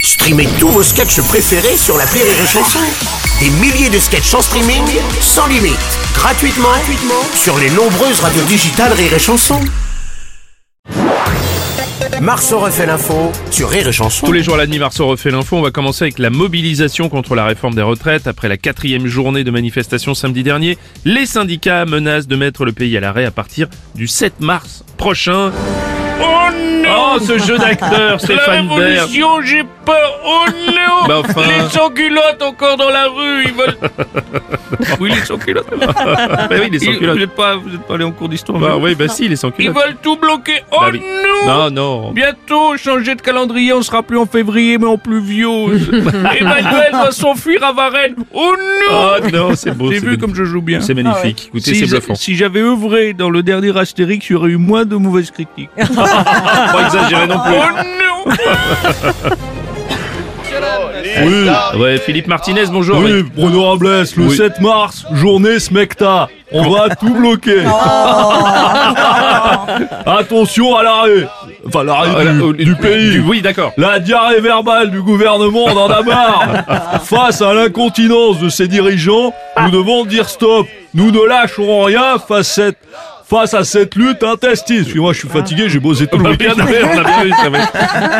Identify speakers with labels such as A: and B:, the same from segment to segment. A: Streamez tous vos sketchs préférés sur la Rire et Chanson. Des milliers de sketchs en streaming, sans limite, gratuitement, gratuitement sur les nombreuses radios digitales Rire et Chanson. Marceau refait l'info sur Rire et Chanson.
B: Tous les jours à la nuit, Marceau refait l'info. On va commencer avec la mobilisation contre la réforme des retraites. Après la quatrième journée de manifestation samedi dernier, les syndicats menacent de mettre le pays à l'arrêt à partir du 7 mars prochain.
C: Oh non
B: Oh, ce jeu d'acteur,
C: La
B: Stéphane Bern
C: révolution, j'ai peur Oh non
B: Bah enfin.
C: Les sans-culottes encore dans la rue, ils veulent... oui, les sans-culottes.
B: Bah oui, il est sans
C: Ils- Vous
B: culotte.
C: n'êtes pas, vous êtes pas allé en cours d'histoire.
B: Bah
C: vous.
B: oui, bah si, il est sans
C: Ils
B: culotte.
C: veulent tout bloquer Oh
B: Bah oui.
C: non
B: Non, non.
C: Bientôt, changer de calendrier, on sera plus en février, mais en pluviose. Emmanuel va s'enfuir à Varennes. Oh non
B: Oh non, c'est beau.
C: J'ai
B: c'est
C: vu
B: magnifique.
C: comme je joue bien.
B: C'est magnifique. Écoutez, c'est
C: Si,
B: bluffant.
C: si j'avais œuvré dans le dernier Astérix, il y aurait eu moins de mauvaises critiques.
B: Pas exagéré non plus.
C: Oh non
B: Ouais, Philippe Martinez, bonjour.
D: Oui, Bruno Robles, le
B: Oui.
D: 7 mars, journée Smecta. On va tout bloquer.
B: Oh.
D: Attention à l'arrêt. Enfin,
B: Ah,
D: l'arrêt
B: là,
D: du,
B: au-
D: du pays.
B: du- oui, d'accord.
D: La diarrhée verbale du gouvernement, on en a marre. Face à l'incontinence de ses dirigeants, nous devons dire stop. Nous ne lâcherons rien face à cette, face à cette lutte intestine. Excusez-moi, je
B: Ah.
D: suis fatigué, j'ai bossé tout le
B: Bah oui,
D: week-end.
B: on a bien vu, ça, ouais.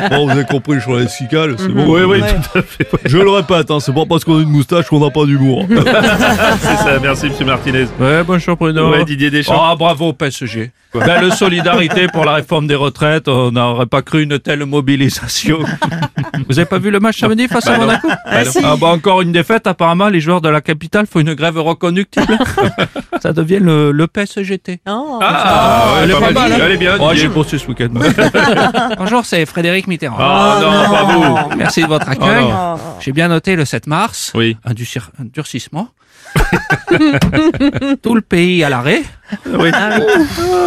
D: Bon, vous avez compris, je suis lexical, c'est bon.
B: Mhm. Oui, oui, tout à fait. ouais.
D: Je le répète, hein, c'est pas parce qu'on a une moustache qu'on n'a pas d'humour.
B: C'est ça, merci, monsieur Martinez.
C: Ouais, bonjour Bruno.
D: Oh.
B: Ouais, Didier Deschamps.
C: Ah, bravo au PSG. Belle solidarité pour la réforme des retraites. On n'aurait pas cru une telle mobilisation. Vous avez pas vu le match samedi face à Monaco Ah bah encore une défaite. Apparemment, les joueurs de la capitale font une grève reconductible. Ça devient le, le PSGT.
B: Ah, ouais,
C: elle est pas mal, hein.
B: Elle est bien.
C: Oh,
B: Didier.
C: j'ai bossé ce week-end.
E: Bonjour, c'est Frédéric Mitterrand. Oh.
B: Ah non, bravo.
E: Merci de votre accueil.
B: Ah,
E: J'ai bien noté le 7 mars,
B: Oui.
E: un, durcir- un durcissement. Tout le pays à l'arrêt.
B: Oui. Ah,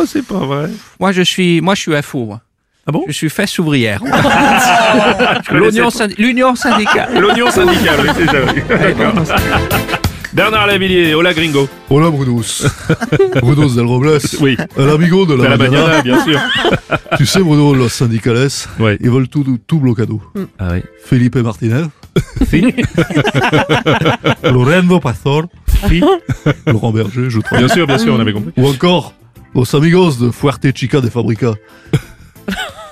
B: c'est pas vrai.
E: Moi, je suis, moi, je suis FO. moi.
B: Ah bon
E: Je suis fesse ouvrière.
B: Je connaissais
E: L'union
B: pas.
E: syndi- l'union syndicale.
B: L'oignon syndical, oui, c'est ça. Ah, oui. D'accord. Bernard Lavillier, hola gringo.
D: Hola Brunos. Brunos del Robles.
B: Oui,
D: El amigo de
B: de
D: la,
B: la
D: mañana.
B: banana, bien sûr.
D: Tu sais Bruno, los syndicales,
B: Ouais.
D: ils veulent tout, tout blocado.
B: Ah oui.
D: Felipe Martinez. Lorenzo Pastor. Laurent Berger, je crois.
B: Bien sûr, bien sûr, on avait compris.
D: Ou encore, los amigos de Fuerte Chica de Fabrica.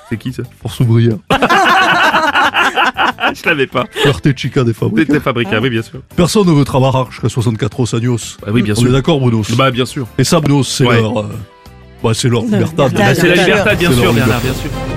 B: C'est qui ça
D: Force ouvrière.
B: Ah, je l'avais pas.
D: Fuerte Chica de Fabrica.
B: C'était fabriqué, oui, bien sûr.
D: Personne ne veut travailler jusqu'à 64 años.
B: Bah oui, bien
D: On est d'accord Brunos
B: Bah, bien sûr.
D: Et ça Brunos, c'est
B: Ouais.
D: leur... euh, bah, c'est leur libertad.
B: Bah, c'est la liberté, bien
D: C'est
B: sûr,
D: leur
B: Bernard, bien sûr.